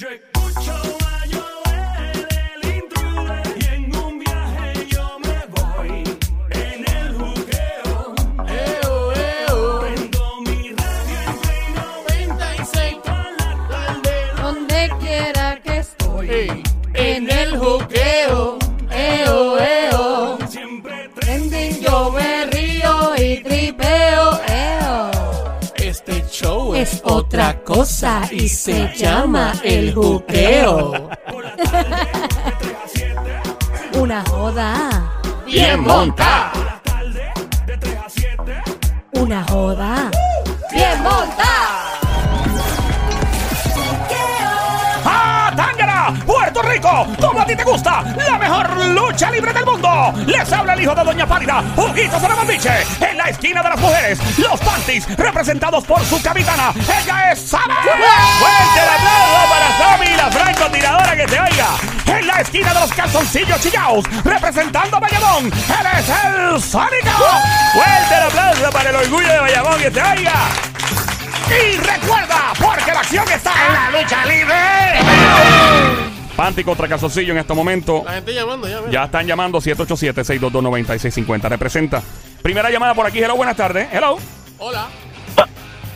Yo escucho a Joel, el intruder, y en un viaje yo me voy. En el juqueo, Eo, eo. prendo mi radio en Play 96 toda la tarde. Donde quiera que estoy. Ey. En el juqueo. Eo, eo. Siempre Trending yo me río y tripeo. eo. Este show es, Es otra cosa y se llama el juqueo. Una joda. Bien monta. Una joda. Bien monta. ¡Ah, Tángara! ¡Puerto Rico! ¡Como a ti te gusta! ¡La mejor lucha libre del mundo! Les habla el hijo de Doña Pálida, Huguito Salamandiche, en la esquina de las mujeres, los panties, representados por su capitana, ella es Sami. ¡Fuerte el aplauso para Sami, la francotiradora que te oiga! En la esquina de los calzoncillos chillaos, representando a Bayamón, él es el Sónico. ¡Fuerte el aplauso para el orgullo de Bayamón que te oiga! Y recuerda, porque la acción está en la lucha libre. Panty contra Calzoncillo en este momento. La gente llamando ya, mira. Ya están llamando 787-622-9650. Representa. Primera llamada por aquí. Hello, buenas tardes. Hello. Hola.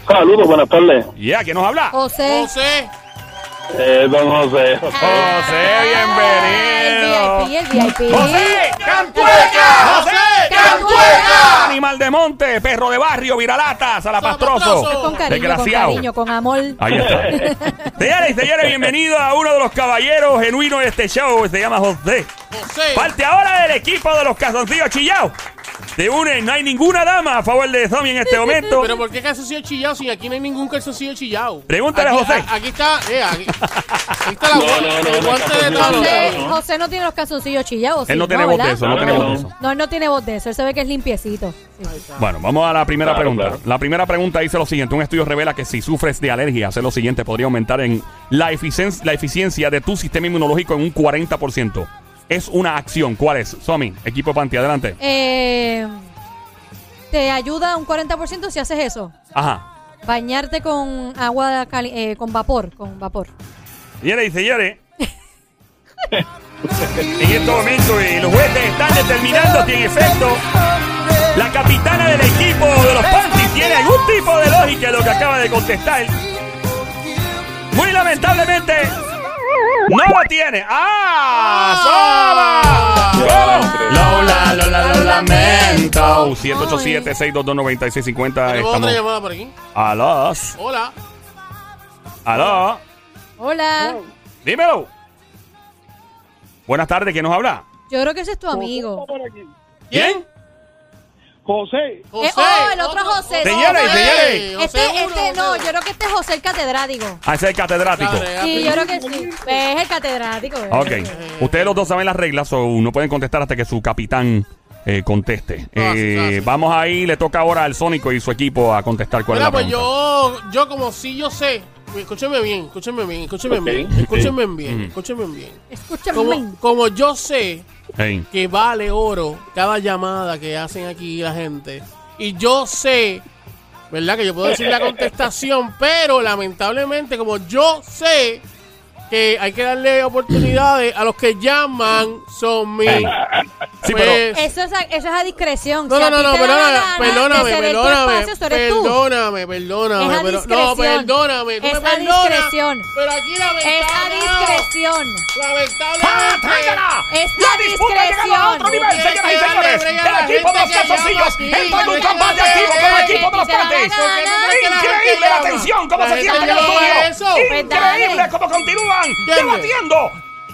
Saludos, buenas tardes. Ya, ¿quién nos habla? José. José. Eh, don José. José, bienvenido. Ay, El VIP, el VIP. ¡José Cantueca! ¡José Cantueca! Animal de monte, perro de barrio, viralata, Salapastroso. salapastroso. Con cariño, Desgraciado. con cariño, con amor. Ahí está. señores y señores, bienvenidos a uno de los caballeros genuinos de este show. Se llama José. José. Parte ahora del equipo de los calzoncillos chillados. Te une, no hay ninguna dama a favor de Zombie en este momento. Pero ¿por qué calzoncillo chillado si aquí no hay ningún calzoncillo chillado? Pregúntale a Aquí- José. a- aquí está, eh, aquí, aquí está la No, guan- no, no, el no, guante de calzoncillo Thanos. José, no, no. José no tiene los calzoncillos chillados. Él sí, no tiene voz de ¿verdad? eso, no No, tiene no, voz de no. eso. No, él no tiene voz de eso. Él se ve que es limpiecito. Sí. Bueno, vamos a la primera Claro, pregunta. claro. La primera pregunta dice lo siguiente. Un estudio revela que si sufres de alergia, hacer lo siguiente podría aumentar en la, eficien- la eficiencia de tu sistema inmunológico en un 40%. Es una acción. ¿Cuál es? Somi, equipo Panty, adelante. Eh, te ayuda un 40% si haces eso. Ajá. Bañarte con agua cali- eh, con vapor, con vapor. Señores y señores. en este momento eh, los jueces están determinando si en efecto la capitana del equipo de los Panties tiene algún tipo de lógica en lo que acaba de contestar. Muy lamentablemente no lo tiene. ¡Ah! ¡Sola! Lola, Lola, lo lamento. 787-622-9650. Tenemos otra Estamos. llamada por aquí. Aló. Hola. Aló. Hola. Dímelo. Buenas tardes, ¿quién nos habla? Yo creo que ese es tu amigo. ¿Quién? José. José. Eh, oh, el otro José. Señores, José. señores. Este, José uno, este no, José yo dos. creo que este es José el catedrático. Ah, ese es el catedrático. Cabrera, Sí, primo. yo creo que sí. Pues, Es el catedrático. eh. Ok. Ustedes los dos saben las reglas o no pueden contestar hasta que su capitán eh, conteste. Ah, sí, Eh, ah, sí. Vamos ahí, le toca ahora al Sónico y su equipo a contestar cuál Mira, es la pues pregunta. yo, yo como si yo sé. Escúchenme bien, escúchenme bien, escúchenme Ok, bien, ok. escúchenme bien, Mm. escúchenme bien. Escúchame. Como, como yo sé Ey. que vale oro cada llamada que hacen aquí la gente. Y yo sé, ¿verdad? Que yo puedo decir la contestación, pero lamentablemente, como yo sé que hay que darle oportunidades a los que llaman, son mí. Ey. Sí, pero Pues- Eso es, a, eso es a discreción. no, Eh, Si no, a no, ti no, te da la perdóname, gana de perdóname, ceder tu perdóname, espacio, eso eres tú. perdóname, perdóname, Es a pero- no, discreción. perdóname, tú Es me a perdonas, discreción. pero aquí la Es a discreción. ¡Ah, tángara! Es La a disputa ha llegado a otro discreción. nivel, señoras y señores. El equipo de los calzoncillos entra en un combate activo con el equipo de los panties. Increíble la tensión, cómo se siente en el estudio. Pues dale. Increíble cómo continúan Dale. debatiendo.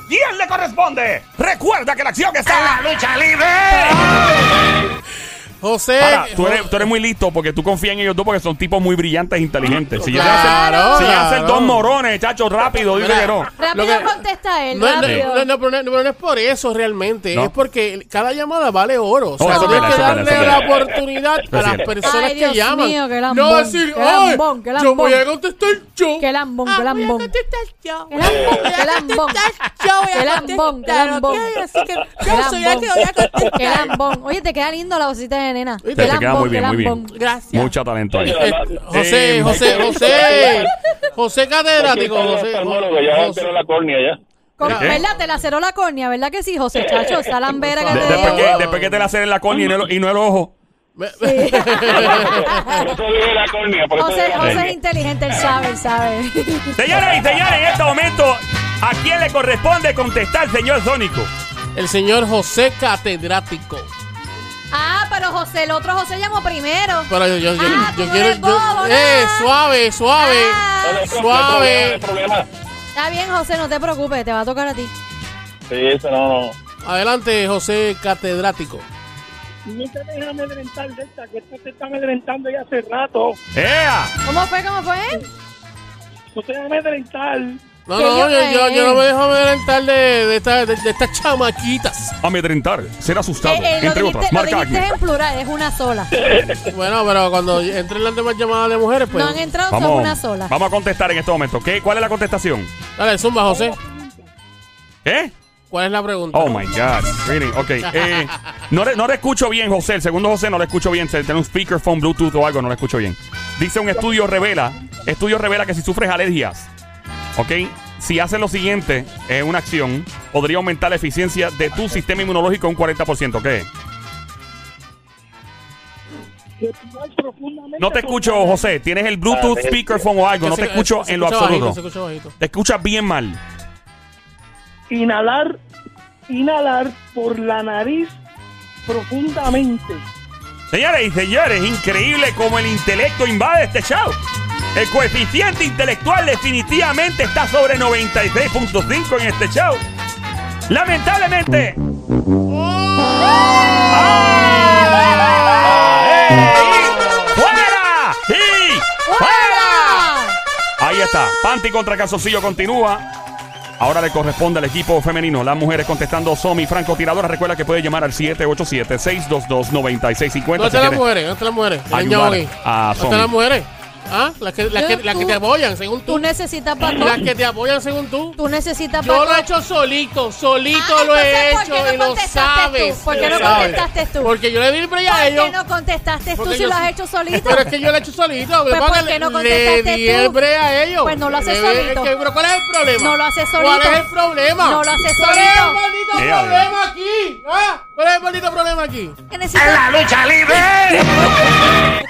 ¿Quién le corresponde? Recuerda que la acción está en la lucha libre. Ah. José, Ahora, Eh, tú eres, tú eres muy listo porque tú confías en ellos dos porque son tipos muy brillantes e inteligentes. Si llegas a ser, Claro, si llegan a ser claro. dos morones, chacho, rápido, dime que no. Rápido Lo que- contesta él, No, no, rápido. no, no, pero no, pero no es por eso realmente, No. es porque cada llamada vale oro. O sea, eso tú tienes vale, que eso vale, darle eso la vale. oportunidad es a las cierto. personas Ay, Dios que llaman. mío, qué no lambón, decir, qué "Ay, lambón, qué yo lambón". voy a contestar yo. Qué lambón, Ah, qué lambón. Voy a contestar yo. Qué lambón, qué lambón. Qué lambón, qué lambón. Así que Qué yo soy la que voy a Qué contestar. lambón. Oye, te queda lindo la cosita de tiene, nena. Te- Qué te queda lambón, muy bien, qué muy bien. lambón. Gracias. Mucho talento ahí. Eh, José, Eh, José, Michael. José, José catedrático, Aquí está el José. oftalmólogo, ya José. operó la córnea ya. Con- ¿Qué? ¿Verdad? Te laceró la córnea, ¿verdad que sí, José Chacho? Esa lambera que De- te dio. después, que, después que te la hacen en la coña y no, el- y no el ojo. Me- Por eso dije la córnea, por eso José, dije la José córnea. es inteligente, él sabe, él sabe. Señoras y señores, en este momento, ¿a quién le corresponde contestar, señor Sónico? El señor José catedrático. ah, pero José, el otro José llamó primero. Pero yo, yo, yo, Ah, yo tú quiero. eres yo- bobo, eh, ¿no? suave, suave. Ah, No, no, Suave. no hay problema, no hay problema. está bien, José, no te preocupes, te va a tocar a ti. Sí, eso no, no. Adelante, José catedrático. No te dejes amedrentar de esta, que esta te está amedrentando ya hace rato. ¡Ea! ¿Cómo fue? ¿Cómo fue? No te dejes amedrentar. No, Que no, yo yo, yo, me- yo no me dejo amedrentar de, de, esta- de- de estas chamaquitas. Amedrentar, ser asustado, Eh, eh, lo pues. entre dijiste, otras. lo Marca aquí. Pues, dijiste en plural, es una sola. Bueno, pero cuando entren las demás llamadas de mujeres, pues. no han entrado, son una Vamos, sola. vamos a contestar en este momento. ¿Qué, ¿Cuál es la contestación? Dale, zumba, José. ¿Eh? ¿Cuál es la pregunta? Oh my God. Really? Ok. Eh, no, le, no le escucho bien, José. El segundo José no le escucho bien. Se- Tiene un speakerphone, Bluetooth o algo, no le escucho bien. Dice un estudio revela. Estudio revela que si sufres alergias, ok, si haces lo siguiente en una acción, podría aumentar la eficiencia de tu sistema inmunológico un 40%. ¿Qué? Respirar profundamente. No te escucho, José. Tienes el Ah, Bluetooth speakerphone o algo. este, Que No se- te escucho eh, se en lo escucha bajito, se absoluto. escucha bajito. Te escuchas bien mal. Inhalar, inhalar por la nariz profundamente. Señores y señores, increíble como el intelecto invade este show. El coeficiente intelectual definitivamente está sobre 96.5 en este show. Lamentablemente. ¡Ah! ¡Eh! ¡Fuera! ¡Y fuera! Ahí está. Panty contra Calzoncillo continúa. Ahora le corresponde al equipo femenino. Las mujeres contestando Somi Franco Tiradora. Recuerda que puede llamar al 787-622-9650. ¿Dónde si están las quiere. mujeres? ¿Dónde están las mujeres? Que le han Ayudar llamado aquí. a ¿Dónde Somi. están las mujeres? ¿Ah? Las que, las que, Yo- las que tú- te apoyan, según tú. Tú necesitas Las pato. que te apoyan, según tú. Tú necesitas Yo pato. lo he hecho solito, solito Ah, lo he entonces, ¿por hecho qué no y lo contestaste sabes. tú? ¿Por qué lo no sabes. contestaste tú? Porque yo le di el break a ¿Por ellos. qué no contestaste tú Porque si yo lo has sí- hecho solito? Pero es que yo lo he hecho solito. Pues, papá, ¿por qué le- no le contestaste di tú? el break a ellos. Pues, no lo haces Le di- solito. es que, pero ¿cuál es el problema? No lo haces ¿Cuál solito. es el problema? No lo haces ¿Cuál es el solito. maldito Mira, problema aquí? ¿Ah? ¿Cuál es el maldito problema aquí? Que necesitas- lucha libre!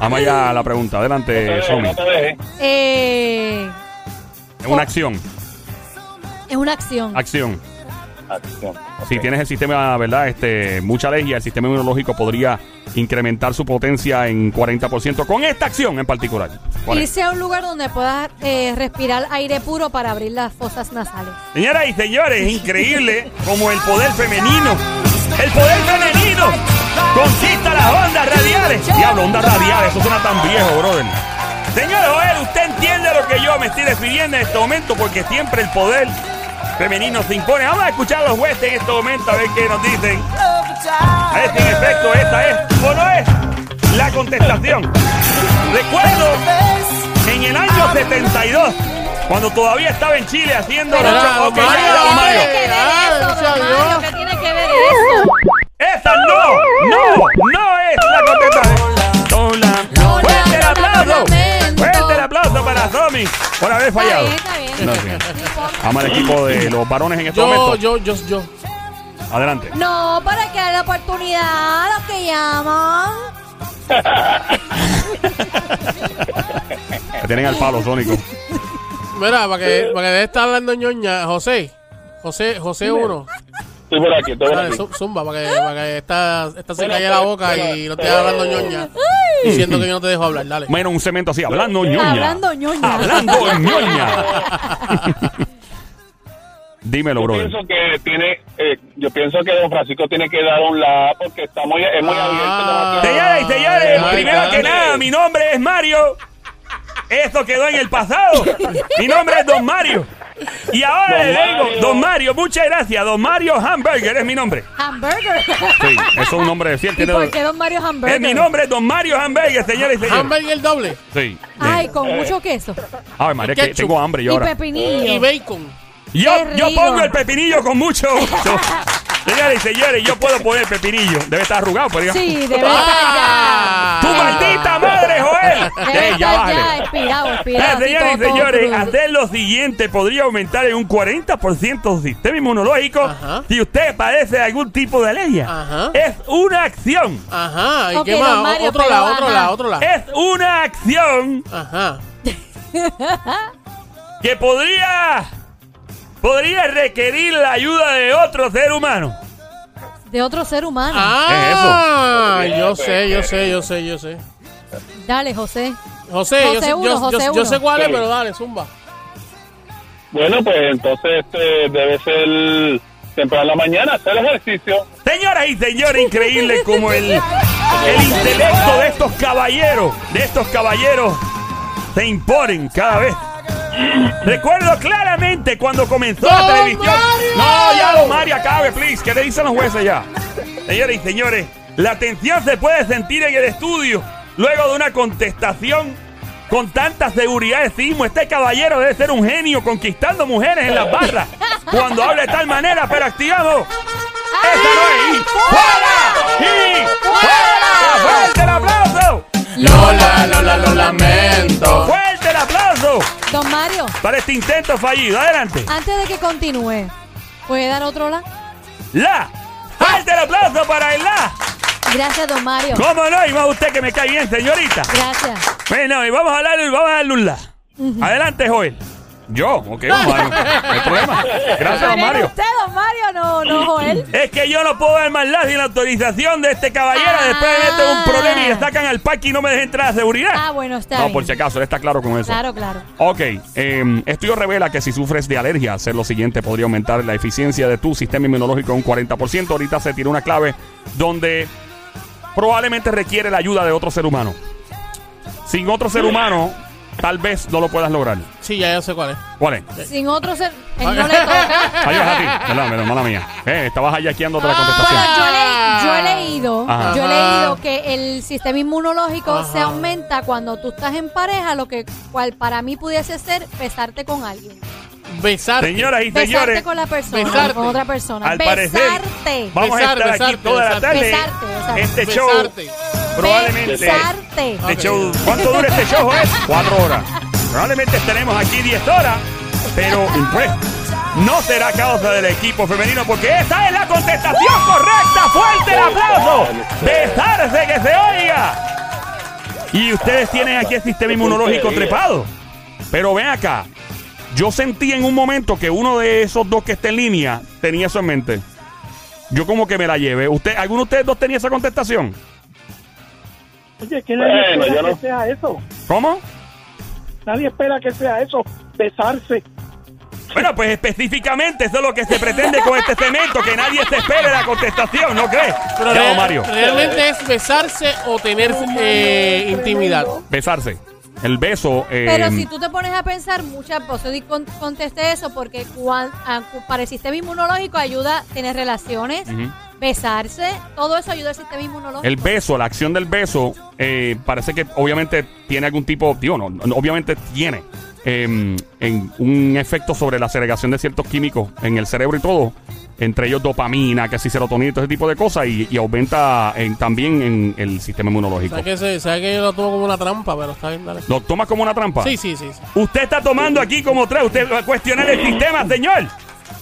Vamos allá a la pregunta. Adelante, Somi. No te dejes. Eh, Es una acción. es una acción. Acción. Acción. Si tienes el sistema, ¿verdad? Este, mucha alergia, el sistema inmunológico podría incrementar su potencia en 40% con esta acción en particular. ¿Cuál es? Irse a un lugar donde puedas eh, respirar aire puro para abrir las fosas nasales. Señoras y señores, increíble como el poder femenino. El poder femenino conquista las ondas radiales. Diablo, ondas radiales, eso suena tan viejo, brother. Señor Joel, usted entiende lo que yo me estoy refiriendo en este momento porque siempre el poder femenino se impone. Vamos a escuchar a los jueces en este momento a ver qué nos dicen. A ver si en efecto esta es o no es la contestación. Recuerdo en el año 72, cuando todavía estaba en Chile haciendo Pero, lucha- Mario, Ok, ya, Mario. Mario. ¿Qué tiene que ver eso, don Mario? Ah, gracias a Dios. ¿Qué tiene que ver eso? ¡Esa no! ¡No! ¡No es la contestación! Lola. Lola, ¡Fuerte el Lola, aplauso! lamento. ¡Fuerte el aplauso para Tommy! Por haber Está fallado. bien, está bien. No, sí. Vamos al equipo de los varones en este Yo, momento. yo, yo, yo. Adelante. No, para que haya la oportunidad a los que llaman. Te tienen al palo, Sónico. Mira, para que, para que deje de estar hablando ñoña, José. José, José 1. Estoy por aquí, estoy por Dale, aquí. zu- zumba, para que, para que esta, esta se Bueno, calle la pero- boca pero- y no te hablando pero- ñoña. Diciendo que yo no te dejo hablar, dale. Menos un cemento así, hablando ñoña. Hablando ñoña. Hablando ñoña. Dímelo, Yo brother. pienso que tiene, eh, yo pienso que don Francisco tiene que dar un la porque está muy, es muy Ah. abierto. demasiado. Señoras y señores, Ay, primero ay, que ay. nada, mi nombre es Mario. Esto quedó en el pasado. Mi nombre es Don Mario. Y ahora Don le digo, Mario. Don Mario, muchas gracias. Don Mario Hamburger es mi nombre. Hamburger. Sí, eso es un nombre de ¿Y por qué don Mario Hamburger? mi nombre es Don Mario Hamburger, señores y señores. Hamburger doble Sí. Ay, con mucho queso. Ay, María, que ketchup. tengo hambre yo Y ahora. y pepinillo. bacon. Yo, Qué yo rico. pongo el pepinillo con mucho gusto. Señores y señores, yo puedo poner pepinillo. Debe estar arrugado, pero diga. Sí, debe estar ya. ¡Ah! ¡Tu maldita madre, Joel! Debe Eh, estar bájale. ya expirado, Eh, expirado. así señores y todo, todo señores, crudo. hacer lo siguiente podría aumentar en un 40% su sistema inmunológico Ajá. si usted padece de algún tipo de alergia. Ajá. Es una acción. Ajá, ¿y Ok, qué más? don Mario, otro pero lado, otro ajá. lado, otro lado. Es una acción Ajá. que podría podría requerir la ayuda de otro ser humano. De otro ser humano. Ah, ¿Qué es eso? yo sé, yo sé, yo sé, yo sé. Dale, José. José, yo, José sé, uno, yo- José yo- yo uno. sé cuál es, Sí. pero dale, zumba. Ah. Bueno, pues entonces este, debe ser temprano en la mañana, hacer ejercicio. Señoras y señores, increíble como el, el intelecto de estos caballeros, de estos caballeros, se imponen cada vez. Recuerdo claramente cuando comenzó la ¡Don televisión. Mario! No, ya, don Mario, acabe, please. ¿Qué le dicen los jueces ya? Señoras y señores, la tensión se puede sentir en el estudio luego de una contestación con tanta seguridad. Decimos, este caballero debe ser un genio conquistando mujeres en las barras cuando habla de tal manera, pero activamos. ¡Esta no es! ¡Y ¡Fuera! ¡Y fuera! ¡Fuerte el aplauso! Lola, Lola, lo lamento. ¡Fuerte el aplauso! Don Mario, Para este intento fallido. Adelante. antes de que continúe, ¿puede dar otro la? La. ¡Fuerte el aplauso para el la! Gracias, don Mario. ¿Cómo no? Y más usted que me cae bien, señorita. Gracias. Bueno, y vamos a hablar y vamos a darle un la. Adelante, Joel. Yo, ok, don Mario. No hay problema. Gracias, don ¿Pero era Mario. usted, don Mario? No, no, Joel. Es que yo no puedo dar más la sin la autorización de este caballero. Después me meten un problema y le sacan al parque y no me dejen entrar a seguridad. Ah, bueno, está no, bien. por si acaso, él está claro con eso. Claro, claro. Ok, eh, estudio revela que si sufres de alergia, hacer lo siguiente podría aumentar la eficiencia de tu sistema inmunológico un 40%. Ahorita se tiene una clave donde probablemente requiere la ayuda de otro ser humano. Sin otro ser humano, tal vez no lo puedas lograr. Sí, ya yo sé cuál es. ¿Cuál es? Sin otro ser... Él no le toca. Adiós a ti. Perdón, perdón, mala mía. Eh, estabas hallaqueando otra Bueno, contestación. yo, le- yo he leído, Ah. Ajá. yo he Ajá. leído que el sistema inmunológico se Ajá. aumenta cuando tú estás en pareja, lo que cual para mí pudiese ser besarte con alguien. Besar. Señoras y Ah, Besarte señores, con la persona, Besarte. con otra persona. al parecer, besarte. vamos Besar, a estar aquí besarte, toda la besarte. tarde. Besarte, besarte. Este show Besarte. probablemente... Besarte. Este Ok. show- ¿Cuánto dura este show, Joel? Cuatro horas. Probablemente estaremos aquí 10 horas, pero pues, no será causa del equipo femenino porque esa es la contestación correcta. ¡Fuerte el aplauso! ¡Besarse que se oiga! Y ustedes tienen aquí el sistema inmunológico trepado. Pero ven acá. Yo sentí en un momento que uno de esos dos que está en línea tenía eso en mente. Yo como que me la llevé. ¿Usted, ¿Alguno de ustedes dos tenía esa contestación? Oye, que nadie Bueno, espera yo no- que sea eso. ¿Cómo? Nadie espera que sea eso. Besarse. Bueno, pues específicamente eso es lo que se pretende con este cemento, que nadie se espere la contestación, ¿no crees? Pero Ya, real- don Mario, realmente es besarse o tener eh, intimidad. besarse. El beso. eh, Pero si tú te pones a pensar, muchas veces di- con- contesté eso porque cuan- ah, cu- para el sistema inmunológico ayuda a tener relaciones, Ujú. besarse, todo eso ayuda al sistema inmunológico. El beso, la acción del beso, eh, parece que obviamente tiene algún tipo, digo, no, no, obviamente tiene eh, en un efecto sobre la segregación de ciertos químicos en el cerebro y todo, entre ellos dopamina, que si serotonina y todo ese tipo de cosas, y, y aumenta en- también en el sistema inmunológico. ¿Sabes que, se- sabe que yo lo tomo como una trampa? Pero está bien, dale. ¿Lo tomas como una trampa? Sí, sí, sí. sí. Usted está tomando aquí como tres. Usted va a cuestionar el sistema, señor.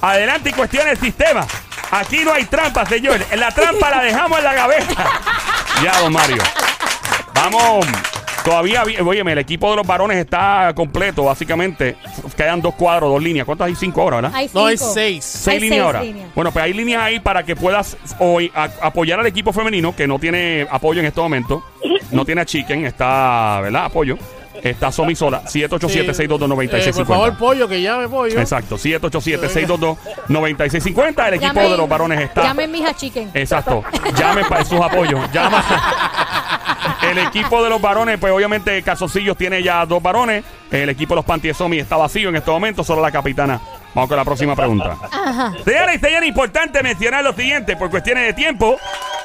Adelante y cuestione el sistema. Aquí no hay trampa, señor. La trampa la dejamos en la cabeza. Ya, don Mario. Vamos. Todavía, vi- óyeme, el equipo de los varones está completo, básicamente. Quedan dos cuadros, dos líneas. ¿Cuántas hay? Cinco ahora, ¿verdad? Hay No, es cinco. seis. seis Hay líneas seis ahora. líneas. Bueno, pues hay líneas ahí para que puedas hoy a- apoyar al equipo femenino que no tiene apoyo en este momento. No tiene a Chicken, está, ¿verdad? Apoyo. Está Somi sola. 787 622 Eh, Por favor, 9650 pollo, que llame pollo. Exacto, 787 622 9650 El equipo Llamen- de los varones está. Llamen mija chicken. Exacto. Llamen para sus apoyos. Llama. El equipo de los varones, pues obviamente Calzoncillos tiene ya dos varones. El equipo de los Pantiesomi está vacío en este momento, solo la capitana. Vamos con la próxima pregunta. Señores y señores, importante mencionar lo siguiente, por cuestiones de tiempo.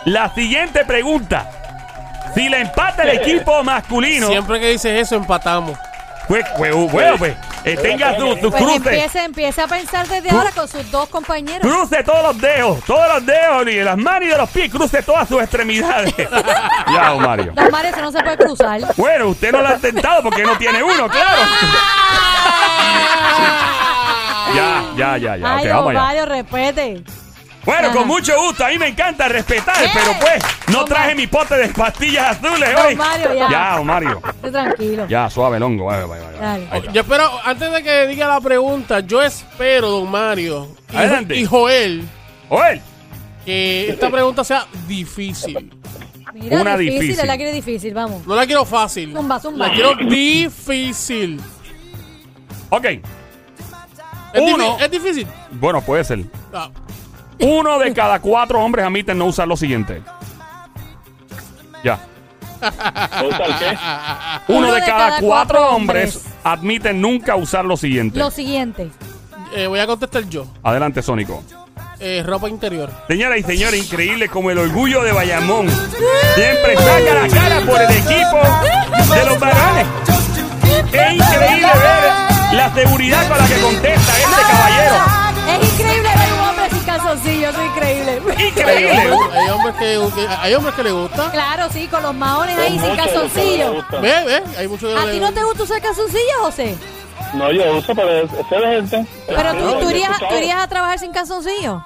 La siguiente pregunta. Si la empata el equipo masculino, Siempre que dices eso, empatamos. pues, pues, bueno, pues, eh, tenga sus sus Pues cruces. empiece, empiece a pensar desde ahora con sus dos compañeros. Cruce todos los dedos, todos los dedos, ni de las manos ni de los pies, cruce todas sus extremidades. ya, Mario. Las mares no se puede cruzar. Bueno, usted no lo ha intentado porque no tiene uno, claro. Ah. ya, ya, ya, ya. Ay, Ok, vamos allá. Ovario, respete. Bueno, Ajá. con mucho gusto. A mí me encanta respetar, ¿Qué? pero pues no Don traje Mario. mi pote de pastillas azules Don hoy. Mario, ya. Ya, don Mario. Esté tranquilo. Ya, suave, longo. Vale, vale, vale. Dale. Ahí está. Yo espero, antes de que diga la pregunta, yo espero, don Mario y- Adelante. y Joel, Joel, que esta pregunta sea difícil. Mira, Una difícil, difícil. él la quiere difícil, vamos. No la quiero fácil. Zumba, zumba. La quiero difícil. ok. ¿Es, Uno. difí- es difícil? Bueno, puede ser. Ah, Uno de cada cuatro hombres admiten no usar lo siguiente. Ya. ¿Usa el qué? Uno, de, cada, cuatro, hombres, admiten nunca usar lo siguiente. Lo siguiente. eh, voy a contestar yo. Adelante, Sónico. Eh, ropa interior. Señoras y señores, increíble como el orgullo de Bayamón. Siempre saca la cara por el equipo de los varones. Es increíble ver la seguridad con la que contesta este Ah. caballero. Es increíble ver un hombre sin calzoncillos, es increíble. Hay Increíble. hombres, hay hombres que, que- hay hombres que le gusta. Claro, sí, con los maones ahí sin Mucho, pero no me calzoncillos. gusta. Ve, ve, hay muchos que ¿A le ti no te gusta usar calzoncillos, José? No, yo uso, pero es, es de gente. Pero No, tú, tú yo he irías, tú escuchado. irías a trabajar sin calzoncillos.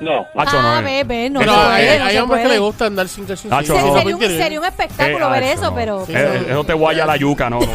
No. Acho, no eh. ah, es. ve, ve, no. Pero se hay, puede, no hay se hombres que puede. le gusta andar sin calzoncillos. Nacho, Sin no. Se- ropa Sería un, interior. sería un Eh, espectáculo ah, ver eso, no. pero... Sí. Eh, eso te guaya la yuca, no. no.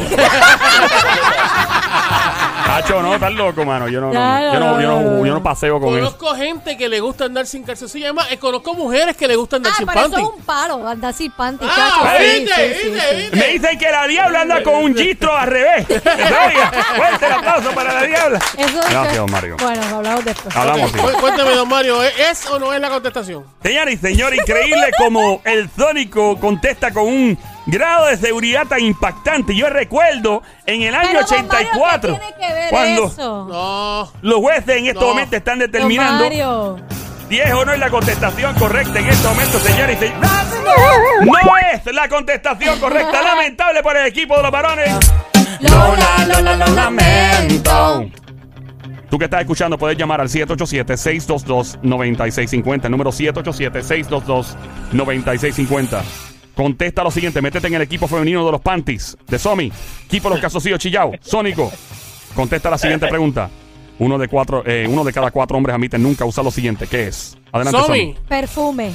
Acho, no, estás loco, mano. Yo no, no, yo no, yo no, yo no paseo con eso. Conozco gente que le gusta andar sin calzoncillos. Además, eh, conozco mujeres que le gusta andar Ah, sin pero panty. eso es un palo, andar sin panty, Ah, chacho. Sí, viste, sí, sí, viste, sí. viste. Me dicen que la diabla anda con un gistro al revés. Oiga, Fuerte el aplauso para la diabla. Eso Gracias, don Mario. Bueno, hablamos después. Hablamos. sí. Cu- Cuéntame, don Mario, ¿es, es o no es la contestación? Señores y señores, increíble como el Sónico contesta con un grado de seguridad tan impactante. Yo recuerdo en el año Pero, don Mario, ¿qué 84, tiene que ver cuando eso? No. los jueces en este No. momento están Don determinando Mario. si es o no es la contestación correcta en este momento, señores y señores. No es la contestación correcta, lamentable para el equipo de los varones. Lola, Lola, lo lamento. Tú que estás escuchando puedes llamar al 787-622-9650. El número 787-622-9650. Contesta lo siguiente. Métete en el equipo femenino de los Panties. De Somi. Equipo Los Calzoncillos Chillao. Sónico. Contesta la siguiente pregunta. Uno de, cuatro, eh, uno de cada cuatro hombres admiten nunca usar lo siguiente. ¿Qué es? Adelante, Somi. Somi. Perfume.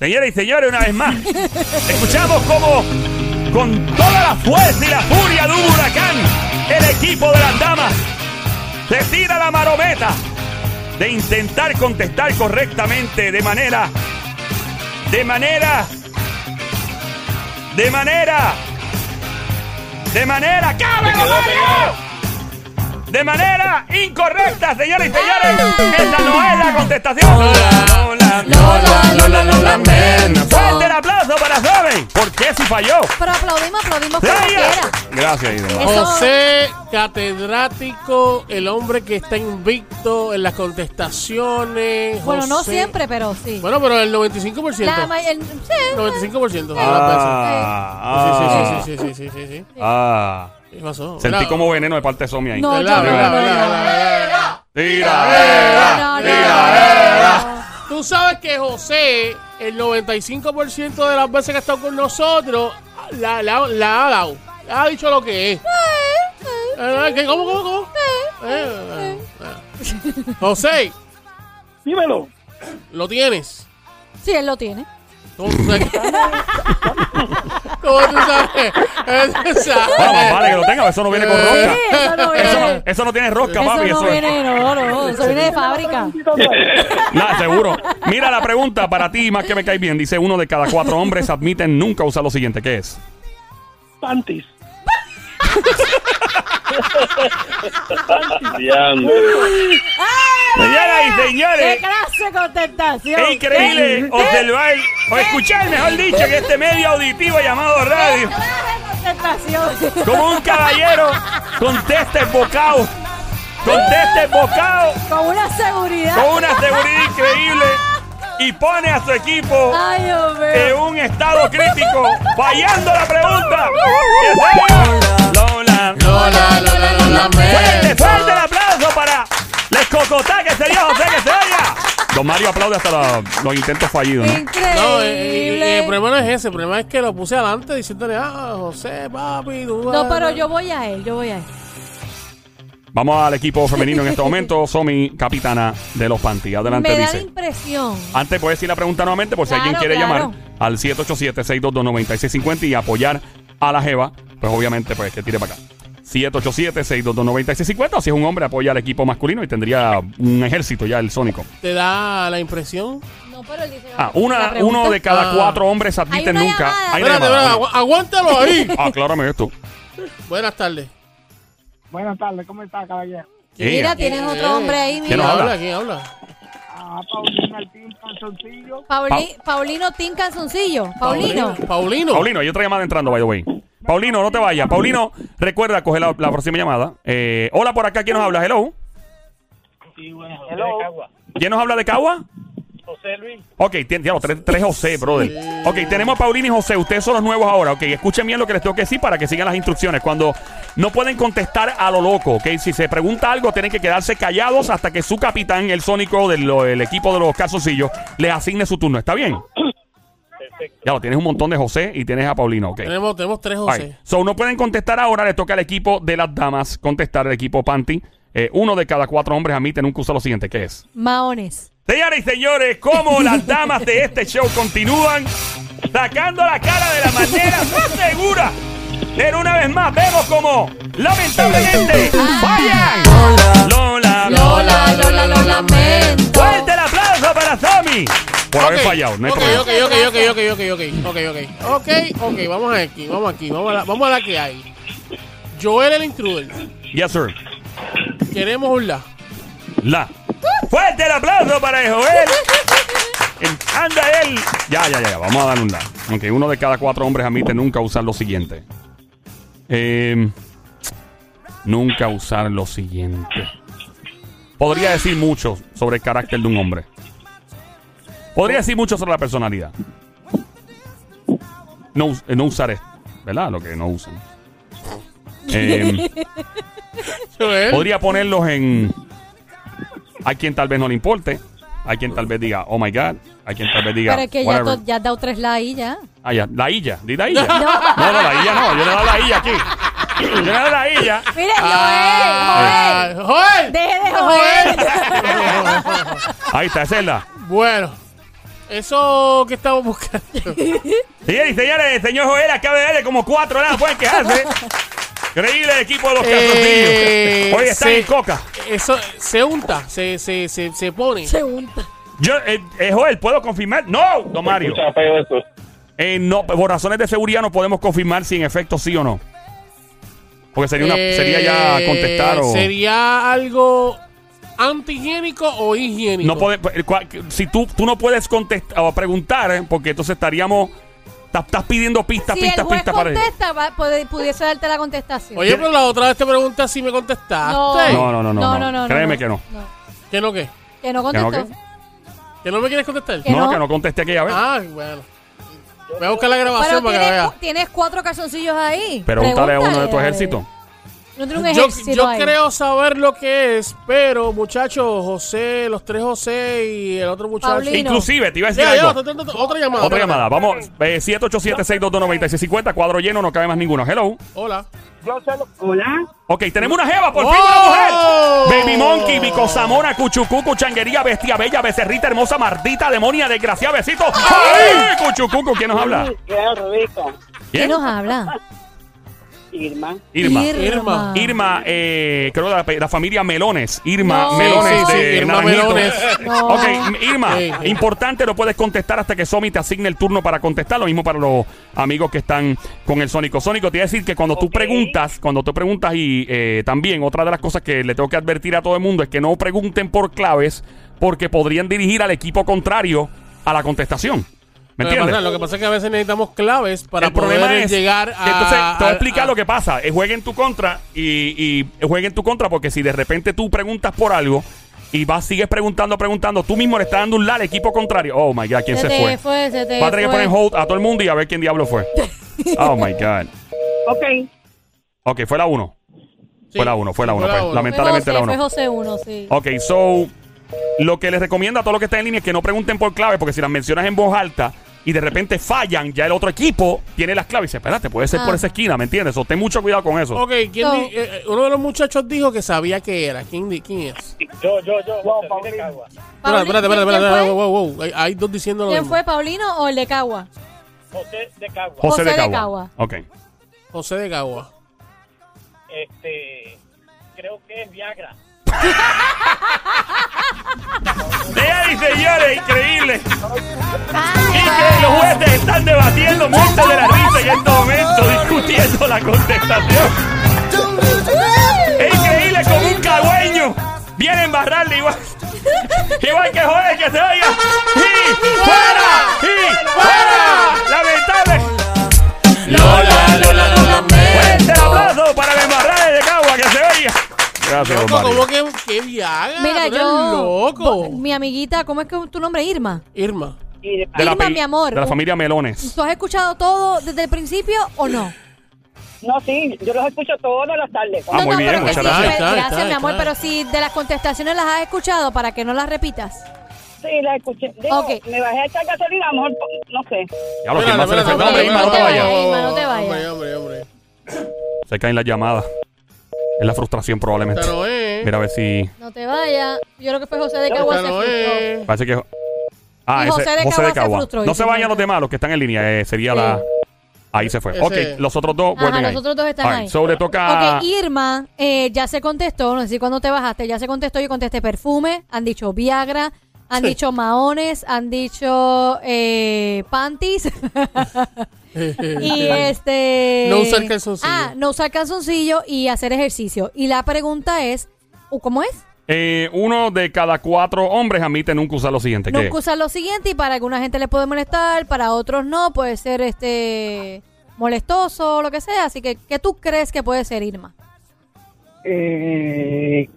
Señoras y señores, una vez más, escuchamos como con toda la fuerza y la furia de un huracán, el equipo de las damas se tira la marometa de intentar contestar correctamente de manera, de manera, de manera, de manera, ¡cámelo, Mario! De manera incorrecta, señores y señores, esa no es la contestación. Lola, Lola, Lola, lo lamento. Fuerte el aplauso para Sobe. ¿Por qué si falló? Pero aplaudimos, aplaudimos como Gracias. quiera. Gracias, Irma. Eso- José Catedrático, el hombre que está invicto en las contestaciones. Bueno, no José- siempre, pero sí. Bueno, pero el 95%. La ma- el- sí, 95% de las Ah, veces. Sí, sí, sí, sí, sí, sí, sí, sí. ah. ¿Qué pasó? Sentí ¿Verdad? como veneno de parte de Somi ahí. No, ¿Verdad? yo no, no, ¿Verdad? no, ¿Verdad? no. ¿Verdad? ¿Verdad? Tira, No, no, no. Tú sabes que José, el 95% de las veces que ha estado con nosotros, la, la- la ha dado. Ha dicho lo que es. Eh, ¿qué? ¿Cómo, cómo, cómo? Eh, eh, eh. José, Dímelo. lo tienes. Sí, él lo tiene. ¿Cómo tú sabes? ¿Cómo tú sabes? Eh, tú sabes. Bueno, más vale que lo tenga, eso no viene con Eh. rosca. Sí, eso no viene. Eso no, Eso eso no tiene rosca, papi. no Eso es- viene, no, no, eso viene de fábrica. Bendito Dios. Nada, seguro. Mira la pregunta para ti, más que me cae bien. Dice: Uno de cada cuatro hombres admiten nunca usar lo siguiente. ¿Qué es? Panties. Diablo. Señoras y señores. Ah, ¡Qué clase de contestación! Es increíble ¡Qué observar o escuchar, mejor dicho, que este medio auditivo llamado radio, clase de contestación! como un caballero, conteste bocado, conteste bocado Con una seguridad. con una seguridad increíble y pone a su equipo ¡Ay, Dios mío. Eh, en un estado crítico, fallando la pregunta. Que sea- Lola, Lola. Lola, Lola, lo Fuerte, lamento. fuerte el aplauso para la escocotá que se dio, José, que se oiga. Don Mario aplaude hasta la- los intentos fallidos. ¿no? eh, Increíble. No, eh, eh, el problema no es ese, el problema es que lo puse adelante diciéndole, ah, José, papi, tú. vas- No, pero yo voy a él, yo voy a él. Vamos al equipo femenino en este momento. Somi, capitana de los Panty. Adelante, Me da la dice. Ah. impresión. Antes puedes decir la pregunta nuevamente por si Claro, alguien quiere claro. llamar al 787-622-9650 y apoyar a la Jeva, pues obviamente pues que tire para acá. 787-622-9650. Si es un hombre, apoya al equipo masculino y tendría un ejército ya el Sónico. ¿Te da la impresión? No, pero él dice. Ah, la una, pregunta. uno de cada Ah. cuatro hombres admiten Hay una nunca. llamada. Hay una Espérate, llamada. Ah, espérate, agu- aguántalo ahí. Aclárame esto. Buenas tardes. Buenas tardes, ¿cómo está, caballero? Mira, Yeah. tienes otro hombre ahí, ¿Quién ¿Quién nos mira. habla? habla? ¿Quién habla? Ah, Paulina Martín Calzoncillo. Pauli- Paulino Tim Canzoncillo. Paulino. Paulino. Paulino, hay otra llamada entrando, by the way. Paulino, no te vayas. Paulino, recuerda coger la, la próxima llamada. Eh, hola, por acá, ¿quién nos habla? Hello. ¿Quién nos habla de Cagua? José Luis. Ok, tien- ya, los tres, tres José, brother. Ok, tenemos a Paulina y José. Ustedes son los nuevos ahora. Ok, escuchen bien lo que les tengo que decir para que sigan las instrucciones. Cuando no pueden contestar a lo loco, ok. Si se pregunta algo, tienen que quedarse callados hasta que su capitán, el sónico del lo- el equipo de los calzoncillos, les asigne su turno. ¿Está bien? Ya lo tienes un montón de José y tienes a Paulino, ok. Tenemos, tenemos tres Ahí. José. So, no pueden contestar ahora, le toca al equipo de las damas contestar, el equipo Panty. Eh, uno de cada cuatro hombres admiten un curso lo siguiente, ¿qué es? Maones. Señoras y señores, como las damas de este show continúan sacando la cara de la manera más segura. Pero una vez más vemos como lamentablemente fallan. Lola, Lola, Lola, lo lamento. Fuerte el aplauso para Sammy. Por haber Ok, fallado, no hay ok, problema. ok, ok, ok, ok, ok, ok, ok, ok, ok, ok, vamos aquí, vamos aquí, vamos a la, vamos a la que hay. Joel el intruder, Yes, sir. queremos un la. La. Fuerte el aplauso para Joel. El- Anda él. Ya, ya, ya, ya, vamos a dar un la. Aunque uno de cada cuatro hombres admite nunca usar lo siguiente. Eh, nunca usar lo siguiente. Podría decir mucho sobre el carácter de un hombre. Podría decir mucho sobre la personalidad. No, us- eh, no usaré, ¿verdad? Lo que no usan. Eh, Joel, Podría ponerlos en. Hay quien tal vez no le importe. Hay quien tal vez diga, oh my god. Hay quien tal vez diga, Pero es que ya, whatever. to- ya has dado tres la ahí ya. Ah, ya, la illa. Di la illa. No, no, la illa no. Yo le doy la illa aquí. Yo le doy la illa. Mira, Ah, Joel, Joel. Joel. Deje de joder. Ahí está, esa es la. Bueno, eso que estamos buscando. Señores y señores, el señor Joel acaba de darle como cuatro nada. Pueden quejarse. Increíble el equipo de los Eh, calzoncillos. Hoy están sí. en coca. Eso se unta, se, se, se, se pone. Se unta. Yo, eh, eh, Joel, ¿puedo confirmar? No, don Mario. Escucha feo eso. Eh, no, por razones de seguridad no podemos confirmar si en efecto sí o no. Porque sería, una, Eh, sería ya contestar o... Sería algo antihigiénico o higiénico. no pode- eh, cua- si tú, tú no puedes contestar o preguntar, eh, porque entonces estaríamos... ta- Estás pidiendo pistas, Si el pistas, juez pistas para... contesta, va- puede- pudiese darte la contestación. Oye, pero la otra vez te pregunta si me contestaste. No, no, no, no, no. Créeme que no. ¿Qué no qué? Que no no, contestó. qué? ¿Que no me quieres contestar? que no, no. que no contesté aquella vez. Ah, bueno. Voy a buscar la Pero grabación para que la tienes, vea. tienes cuatro calzoncillos ahí. Pregúntale a uno de tu Pregúntale, ejército. No tiene un Yo, ejército yo ahí. creo saber lo que es, pero muchachos, José, los tres José y el otro muchacho. Paulino. Inclusive, te iba a decir Ya, ya, algo. otra, otra- otra llamada. Otra llamada. Vamos, eh, 787-622-9650, cuadro lleno, no cabe más ninguno. Hello. Hola. Hola. Ok, tenemos una jeva, por ¡Oh! fin una mujer. Baby Monkey, Bicosamona, Cuchucucu, Changuería, Bestia Bella, Becerrita Hermosa, Mardita, Demonia, Desgraciada, Besito. ¡Ay! Cuchucucu, ¿quién nos habla? Qué rico. ¿Quién ¿Quién? nos habla? Irma. Irma. Irma. Irma, eh, creo que la, la familia Melones. Irma No. Melones Sí, sí, de Irma Naranjito. Melones. No. Ok, Irma, Sí, sí. importante, lo puedes contestar hasta que Somi te asigne el turno para contestar. Lo mismo para los amigos que están con el Sónico. Sónico, te iba a decir que cuando tú Ok. preguntas, cuando tú preguntas y eh, también otra de las cosas que le tengo que advertir a todo el mundo es que no pregunten por claves porque podrían dirigir al equipo contrario a la contestación. ¿Me Lo que, pasa, entiendes? lo que pasa es que a veces necesitamos claves para el problema poder es llegar a. que entonces te voy a explicar a- lo que pasa Eh, juega en tu contra y, y juega en tu contra porque si de repente tú preguntas por algo y vas sigues preguntando preguntando tú mismo le estás dando un la al equipo contrario oh my god quién se, se fue, te fue, se te va a tener que fue. poner en hold a todo el mundo y a ver quién diablo fue oh my god Ok. Ok, fue la 1. Sí, Fue la 1, fue la pues, sí, 1. uno. Lamentablemente la fue José, 1. fue José 1, sí. Ok, so lo que les recomiendo a todos los que están en línea es que no pregunten por clave, porque si las mencionas en voz alta y de repente fallan, ya el otro equipo tiene las claves y dice, espérate, puede ser por Ah. esa esquina, ¿me entiendes? So, ten mucho cuidado con eso. Ok, ¿quién No. di- eh, eh, uno de los muchachos dijo que sabía que era. ¿Quién, di- quién es? Yo, yo, yo. Wow, Paulino. Espérate, Paulino, espérate, espérate, ¿quién espérate, fue? wow, wow, wow. Hay, hay dos diciendo lo ¿Quién mismo. fue, Paulino o el de Cagua? José de Cagua. José, José de de Cagua. Cagua. Ok. José de Cagua. Este, creo que es Viagra. Vean, señores, increíble. Increíble, los jueces están debatiendo mucho de la risa y en este momento discutiendo la contestación. Es increíble como un cagüeño viene a embarrarle igual. Igual que joder que se oiga. ¡Y fuera! ¡Y fuera! ¡Lamentable! Lola, Lola, Lola, ¡Fuerte el aplauso para el embarrarle de Cagua que se oiga! Gracias, Loco, Omar. ¿cómo que, que Viagra? Mira, Tú eres yo. loco. Mi amiguita, ¿cómo es que tu nombre es Irma? Irma. Y De la, Irma, pe- mi amor. de la familia Melones. ¿Tú has escuchado todo desde el principio o no? No, sí, yo los escucho todas las tardes. Ah, no, muy no, bien, pero que muchas sí, gracias. Está, está, gracias, mi está. amor, pero si de las contestaciones las has escuchado, para que no las repitas. Sí, las escuché. Digo, Ok. me bajé a echar gasolina, a lo mejor, no sé. Ya lo que más se le Espérate, fue. No, no hombre, espérate, Irma, no te te vayas. vayas. Irma, no te vayas. Hombre, hombre, hombre. Se caen las llamadas. Es la frustración probablemente. Esta no es. Mira a ver si. No te vayas. Yo creo que fue José de Cagua Esta se no frustró. es. Parece que. Ah, Y ese, José de José de Cagua se Cagua. frustró, No se y- vayan los demás, los que están en línea. eh, sería Sí. la. Ahí se fue. Ese- Ok, los otros dos Ajá, vuelven los ahí. otros dos están Alright, ahí. Sobre toca. Ok, Irma eh, ya se contestó, no sé si cuando te bajaste, ya se contestó, yo contesté perfume, han dicho Viagra, han Sí. dicho maones, han dicho eh, panties y este... No usar calzoncillo. Ah, no usar calzoncillo y hacer ejercicio. Y la pregunta es, ¿uh, ¿cómo es? Eh, uno de cada cuatro hombres admite nunca usar lo siguiente. No ¿qué? usar lo siguiente y para alguna gente le puede molestar, para otros no, puede ser este molestoso, lo que sea. Así que, ¿qué tú crees que puede ser Irma? Eh,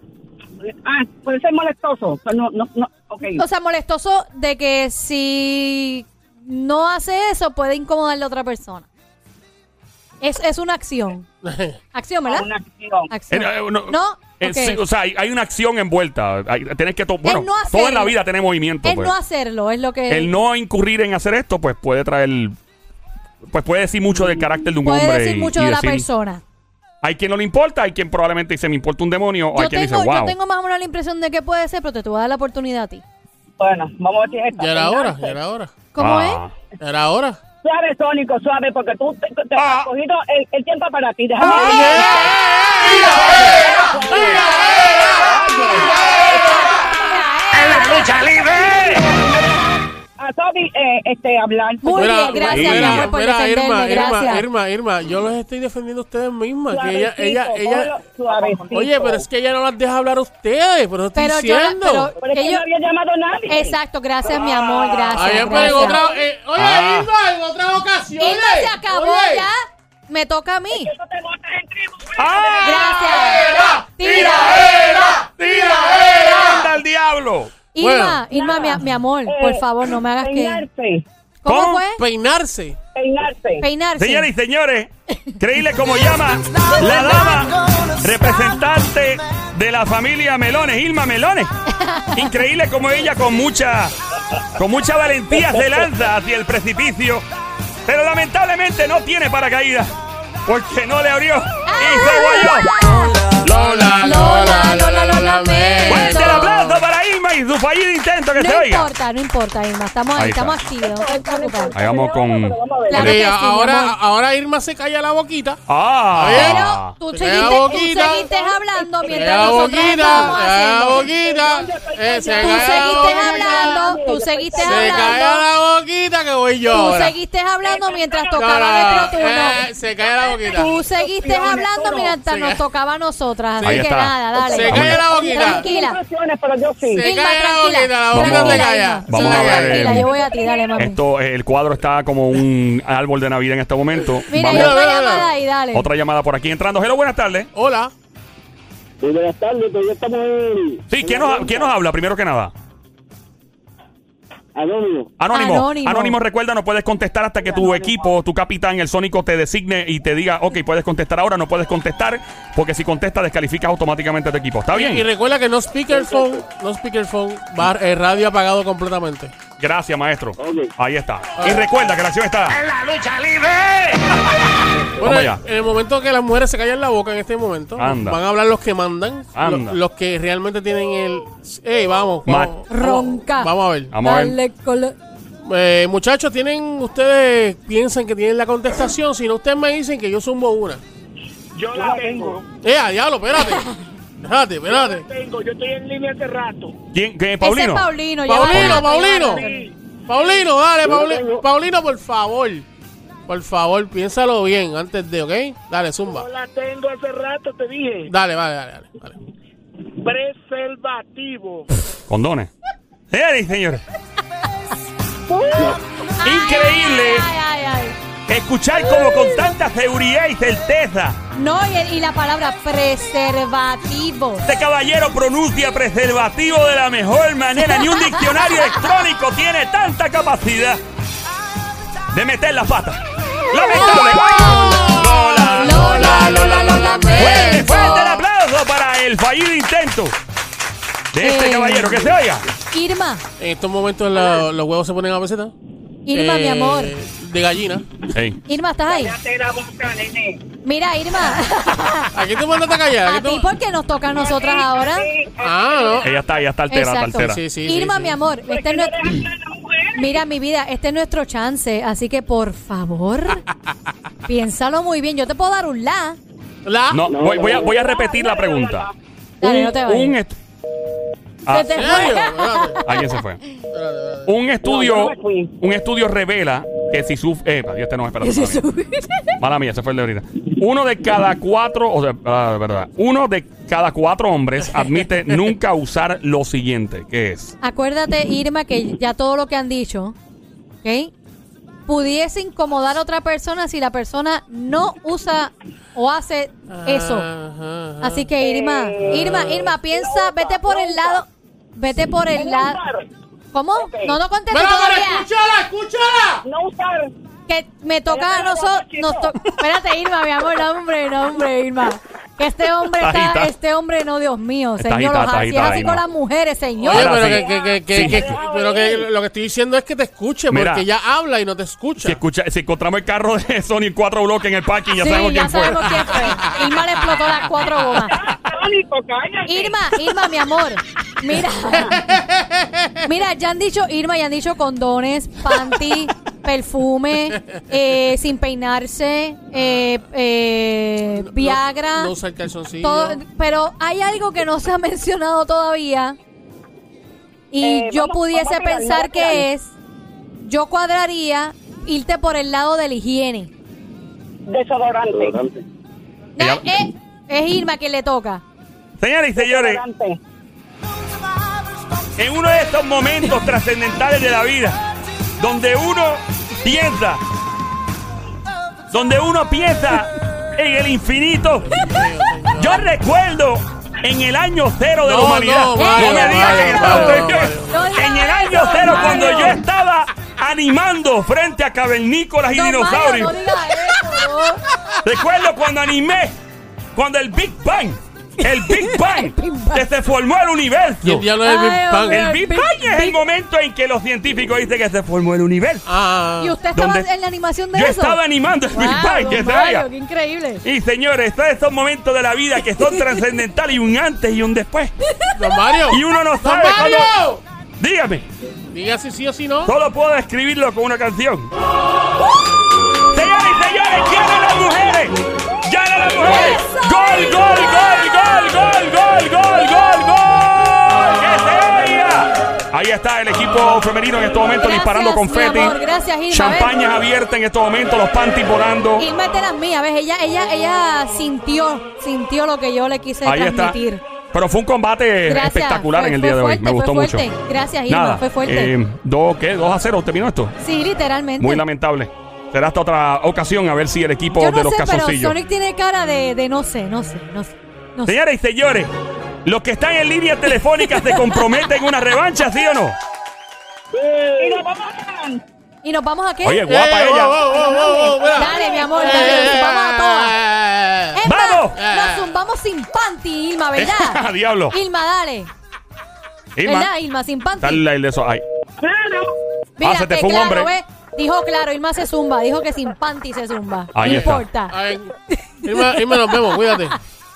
ah, puede ser molestoso. pero No, no, no, ok. O sea, molestoso de que si no hace eso puede incomodarle a otra persona. Es, es una acción. Acción, ¿verdad? Una acción. Eh, Acción. eh, no. No, Eh, ok. sí, o sea, hay, hay una acción envuelta. Hay- tienes que to- bueno, no hacer- toda en la vida tiene movimiento. El pues. no hacerlo es lo que El no incurrir en hacer esto, pues puede traer. Pues puede decir mucho del carácter de un puede hombre. decir y- mucho y de la decir- persona. Hay quien no le importa, hay quien probablemente dice me importa un demonio, o hay Yo quien tengo, dice wow. yo tengo más o menos la impresión de que puede ser, pero te, te voy a dar la oportunidad a ti. Bueno, vamos a ver si es esta. Ya era hora, ya era hora. ¿Cómo Ah. es? Ya era hora. Suave, Sónico, suave, porque tú te, te Ah. has cogido el, el tiempo para ti. Déjame. A Toby, eh, este, hablar. Muy bien, gracias, mira, mi amor, por mira, Irma, defenderme, Irma, gracias. Irma, Irma, yo los estoy defendiendo a ustedes mismas. que ella, Suavecito, ella, ella, cógelo suavecito. oye, pero es que ella no las deja hablar a ustedes, por eso estoy Pero yo la- diciendo. pero- Pero es que ellos- no había llamado a nadie. Exacto, gracias, mi amor, gracias. Ay, pero en gracias. otra, eh, oye, Ah. Irma, en otras ocasiones. Irma, se acabó Oye. ya. Me toca a mí. Tú te botas en tribu, güey. Ah. Gracias. ¡Tiraera! Ah. ¡Tiraera! ¡Anda al diablo! Irma, Irma, mi, mi amor, por favor, no me hagas que... Peinarse, ¿Cómo ¿Cómo? fue? Peinarse. peinarse. Peinarse. Señoras y señores, creíble como llama la dama representante de la familia Melones, Irma Melones. Increíble como ella con mucha con mucha valentía se lanza hacia el precipicio, pero lamentablemente no tiene paracaídas porque no le abrió Ah, y se guayó. Lola, Lola, Lola, lo Fuerte lamento. el aplauso para Irma y su fallido intento que se No oiga. importa, no importa, Irma. Estamos ahí, Ahí está. estamos activos. No te preocupes. Ahí vamos con. Pero vamos a ver. Claro que sí, mi ahora, amor. ahora Irma se calla la boquita. ¡Ah! Pero tú Se seguiste, calla tú boquita. seguiste hablando mientras Calla nosotros estábamos boquita, haciendo. calla boquita. Eh, se Tú calla la seguiste boquita. hablando, tú seguiste Se calla hablando, la boquita que voy yo. tú ahora. seguiste hablando mientras No, tocaba no, nuestro turno. eh, se calla la boquita. Tú seguiste hablando mientras Sí. nos tocaba a nosotras. Ahí Así que está. nada, dale. Se calla la boquita. Tranquila. Impresiones, pero yo sí. Se Irma, calla la tranquila. boquita, la boquita Vamos- se calla. vamos Se a calla. ver. Tranquila, yo voy a ti, dale, mami. Esto, eh, el cuadro está como un árbol de Navidad en este momento. Mira, Vamos. yo voy Mira, a mira, llamar mira. ahí, dale. Otra llamada por aquí entrando. Hello, buenas tardes. Hola. Sí, buenas tardes, todavía estamos en... Sí, ¿quién nos, ¿quién nos habla primero que nada? Anónimo. Anónimo, Anónimo. Anónimo, recuerda, no puedes contestar hasta que tu equipo, tu capitán, el Sónico, te designe y te diga, ok, puedes contestar ahora, no puedes contestar, porque si contestas, descalificas automáticamente a tu equipo. ¿Está Y bien? recuerda que no speakerphone, no speakerphone, bar- eh, radio apagado completamente. Gracias, maestro. Ok. Ahí está. Y recuerda que la acción está. Bueno, allá. en el momento que las mujeres se callan la boca en este momento, Anda. van a hablar los que mandan, Anda. lo- los que realmente tienen el... Ey, vamos, Ma- vamos, Ronca. vamos- Vamos a ver. Vamos a ver. Dale colo- Eh, muchachos, tienen ustedes piensan que tienen la contestación, si no ustedes me dicen que yo zumbo una. Yo la tengo. Eh, a diablo, espérate. espérate, espérate. Tengo, yo estoy en línea hace rato. ¿Quién? ¿Quién? Ese es ¿Paulino? Paulino. Paulino, ya va, ya va, Paulino. ya va. Paulino, dale, Yo lo Paulino, tengo. Paulino, por favor. Por favor, piénsalo bien antes de, ¿ok? Dale, zumba. Yo la tengo hace rato, te dije. Dale, vale, dale, dale. dale. Preservativo. Condones. Sí, señores. Ay, Increíble. Ay, ay, ay. Escuchar como con tanta seguridad y certeza No, y, y la palabra preservativo. este caballero pronuncia preservativo de la mejor manera. Ni un diccionario electrónico tiene tanta capacidad de meter las patas. Lamentable. Lola, Lola, Lola, lo Fuerte, lamento. fuerte el aplauso para el fallido intento de este Eh. caballero. Que se oiga. Irma, En estos momentos la- los huevos se ponen a peseta. Irma, Eh, mi amor. De gallina. Irma, ¿estás ahí? Te la boca, nene. Mira, Irma. ¿A quién te mandaste a callar? A ¿A quién ti, te- ¿por qué nos toca a nosotras ahora? Ah, no. Ella está, ella está alterada, está Exacto. alterada. Sí, sí, sí, Irma, sí. mi amor, este es nuestro- Mira, mi vida, este es nuestro chance, así que por favor, piénsalo muy bien. Yo te puedo dar un la. La. No, voy, voy a, voy a repetir la pregunta. Ah. Dale, no te Un vayas. est- Ah, Se te- ¿En serio? Espérate, alguien se fue. espérate, espérate. Un estudio, me fui. un estudio revela que si sufre. Eh, Dios te no espera. Ese Mala, mía. Mala mía, se fue el de ahorita. Uno de cada cuatro, o sea, ah, verdad. Uno de cada cuatro hombres admite nunca usar lo siguiente, que es. Acuérdate, Irma, que ya todo lo que han dicho, ¿ok? Pudiese incomodar a otra persona si la persona no usa o hace Ah. eso. Ajá, ajá. Así que Irma, Irma, Irma, piensa, vete por el lado, vete por el lado. ¿Cómo? No, no contestes Mira, mira, todavía. escúchala, escúchala. No usar. Que me toca a nosotros. nos to- Espérate, Irma, mi amor, no, hombre, no, hombre, Irma. Que este hombre Está está, agitada. este hombre, no, Dios mío, Está señor, agitada, está ojalá, si es agitada, así Irma. con las mujeres, señor. Oye, Ahora pero sí. que, que- que- Sí. que- pero que lo que estoy diciendo es que te escuche, porque Mira. ya habla y no te escucha. Si, escucha, si encontramos el carro de Sony en cuatro bloques en el parking, ya sí, sabemos ya quién fue. sabemos quién fue. Irma le explotó las cuatro bombas. Irma, Irma, mi amor. Mira. Mira, ya han dicho, Irma, ya han dicho condones, panty, perfume, eh, sin peinarse, eh, eh, No- Viagra. No, usa el calzoncillo. todo- pero hay algo que no se ha mencionado todavía. Y yo pudiese pensar que es, yo cuadraría irte por el lado de la higiene. Desodorante. Desodorante. No, Ella- eh, es Irma quien le toca. Señoras y señores, Desodorante. en uno de estos momentos trascendentales de la vida, donde uno piensa, donde uno piensa en el infinito. Yo recuerdo en el año cero de No, la humanidad. no, Mario, me digas Mario, que estaba Mario, usted- Mario. No En el digas año eso, cero, Mario. cuando yo estaba animando frente a cavernícolas y Don Mario, dinosaurios. no diga eso, ¿no? Recuerdo cuando animé, cuando el Big Bang, el Big Bang, que se formó el Y el universo. diablo del Ay, Big Bang. hombre. El Big Big- Bang es el Big- momento en que los científicos dicen que se formó el universo. Ah, ¿Y usted estaba ¿Dónde? en la animación de Yo eso? estaba animando el Wow, Big Bang, don que se Mario, vaya. qué increíble. Y señores, estos son momentos de la vida que son trascendentales y un antes y un después. don Mario. Y uno no ¡Don sabe Mario! cuándo. Dígame, Diga si sí o si no. solo puedo escribirlo con una canción. Señores y señores, ganan las mujeres. Ganan las mujeres. Gol, gol, gol, gol, gol, gol, gol, gol, gol. ¡Que se oiga! Ahí está el equipo femenino en este momento Gracias, disparando mi confeti. amor, gracias, Irma. Champañas abiertas en este momento, los panties volando. Irma es de las mías, ¿ves? Ella, ella, ella sintió, sintió lo que yo le quise Ahí está. transmitir. Pero fue un combate Gracias. espectacular Fue- en el fue día de hoy. fuerte, Me gustó fue mucho. fuerte. Gracias, Irma, fue fuerte. eh, dos, ¿qué? ¿Dos a 0 terminó esto? Sí, literalmente. Muy lamentable. Será hasta otra ocasión a ver si el equipo yo de no los sé, pero calzoncillos. Sonic tiene cara de, de no sé, no sé, no sé. No sé. Señoras y señores, los que están en línea telefónica se comprometen en una revancha, ¿sí o no? Y nos vamos a ganar. ¿Y nos vamos a qué? Oye, guapa Eh, ella. oh, oh, oh, oh, oh, mira. Dale, mi amor, dale, nos vamos a todas. Eh, Es más, ¡Vamos! Eh. Nos zumbamos sin panty, Ilma, ¿verdad? Diablo. Ilma, dale. ¿Verdad, Irma, Ilma? Sin panty. dale el eso. Ay. Claro. Mira, Ah, se te que fue un claro, hombre. ¿ves? Dijo claro, Irma se zumba. Dijo que sin panty se zumba. Ahí no está. A importa. ver, Irma, Irma, nos vemos, cuídate.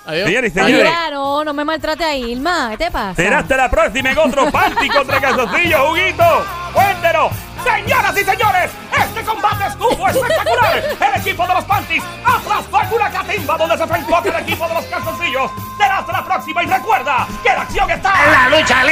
Adiós. Señores, señores. Mira, no, no me maltrate a Irma. ¿Qué te pasa? Será hasta la próxima en otro party contra Calzoncillo, Juguito. Cuéntenos. Señoras y señores, este combate estuvo espectacular. El equipo de los Panties aplastó en una catimba donde se enfrentó con el equipo de los calzoncillos. Será hasta la próxima y recuerda que la acción está en la lucha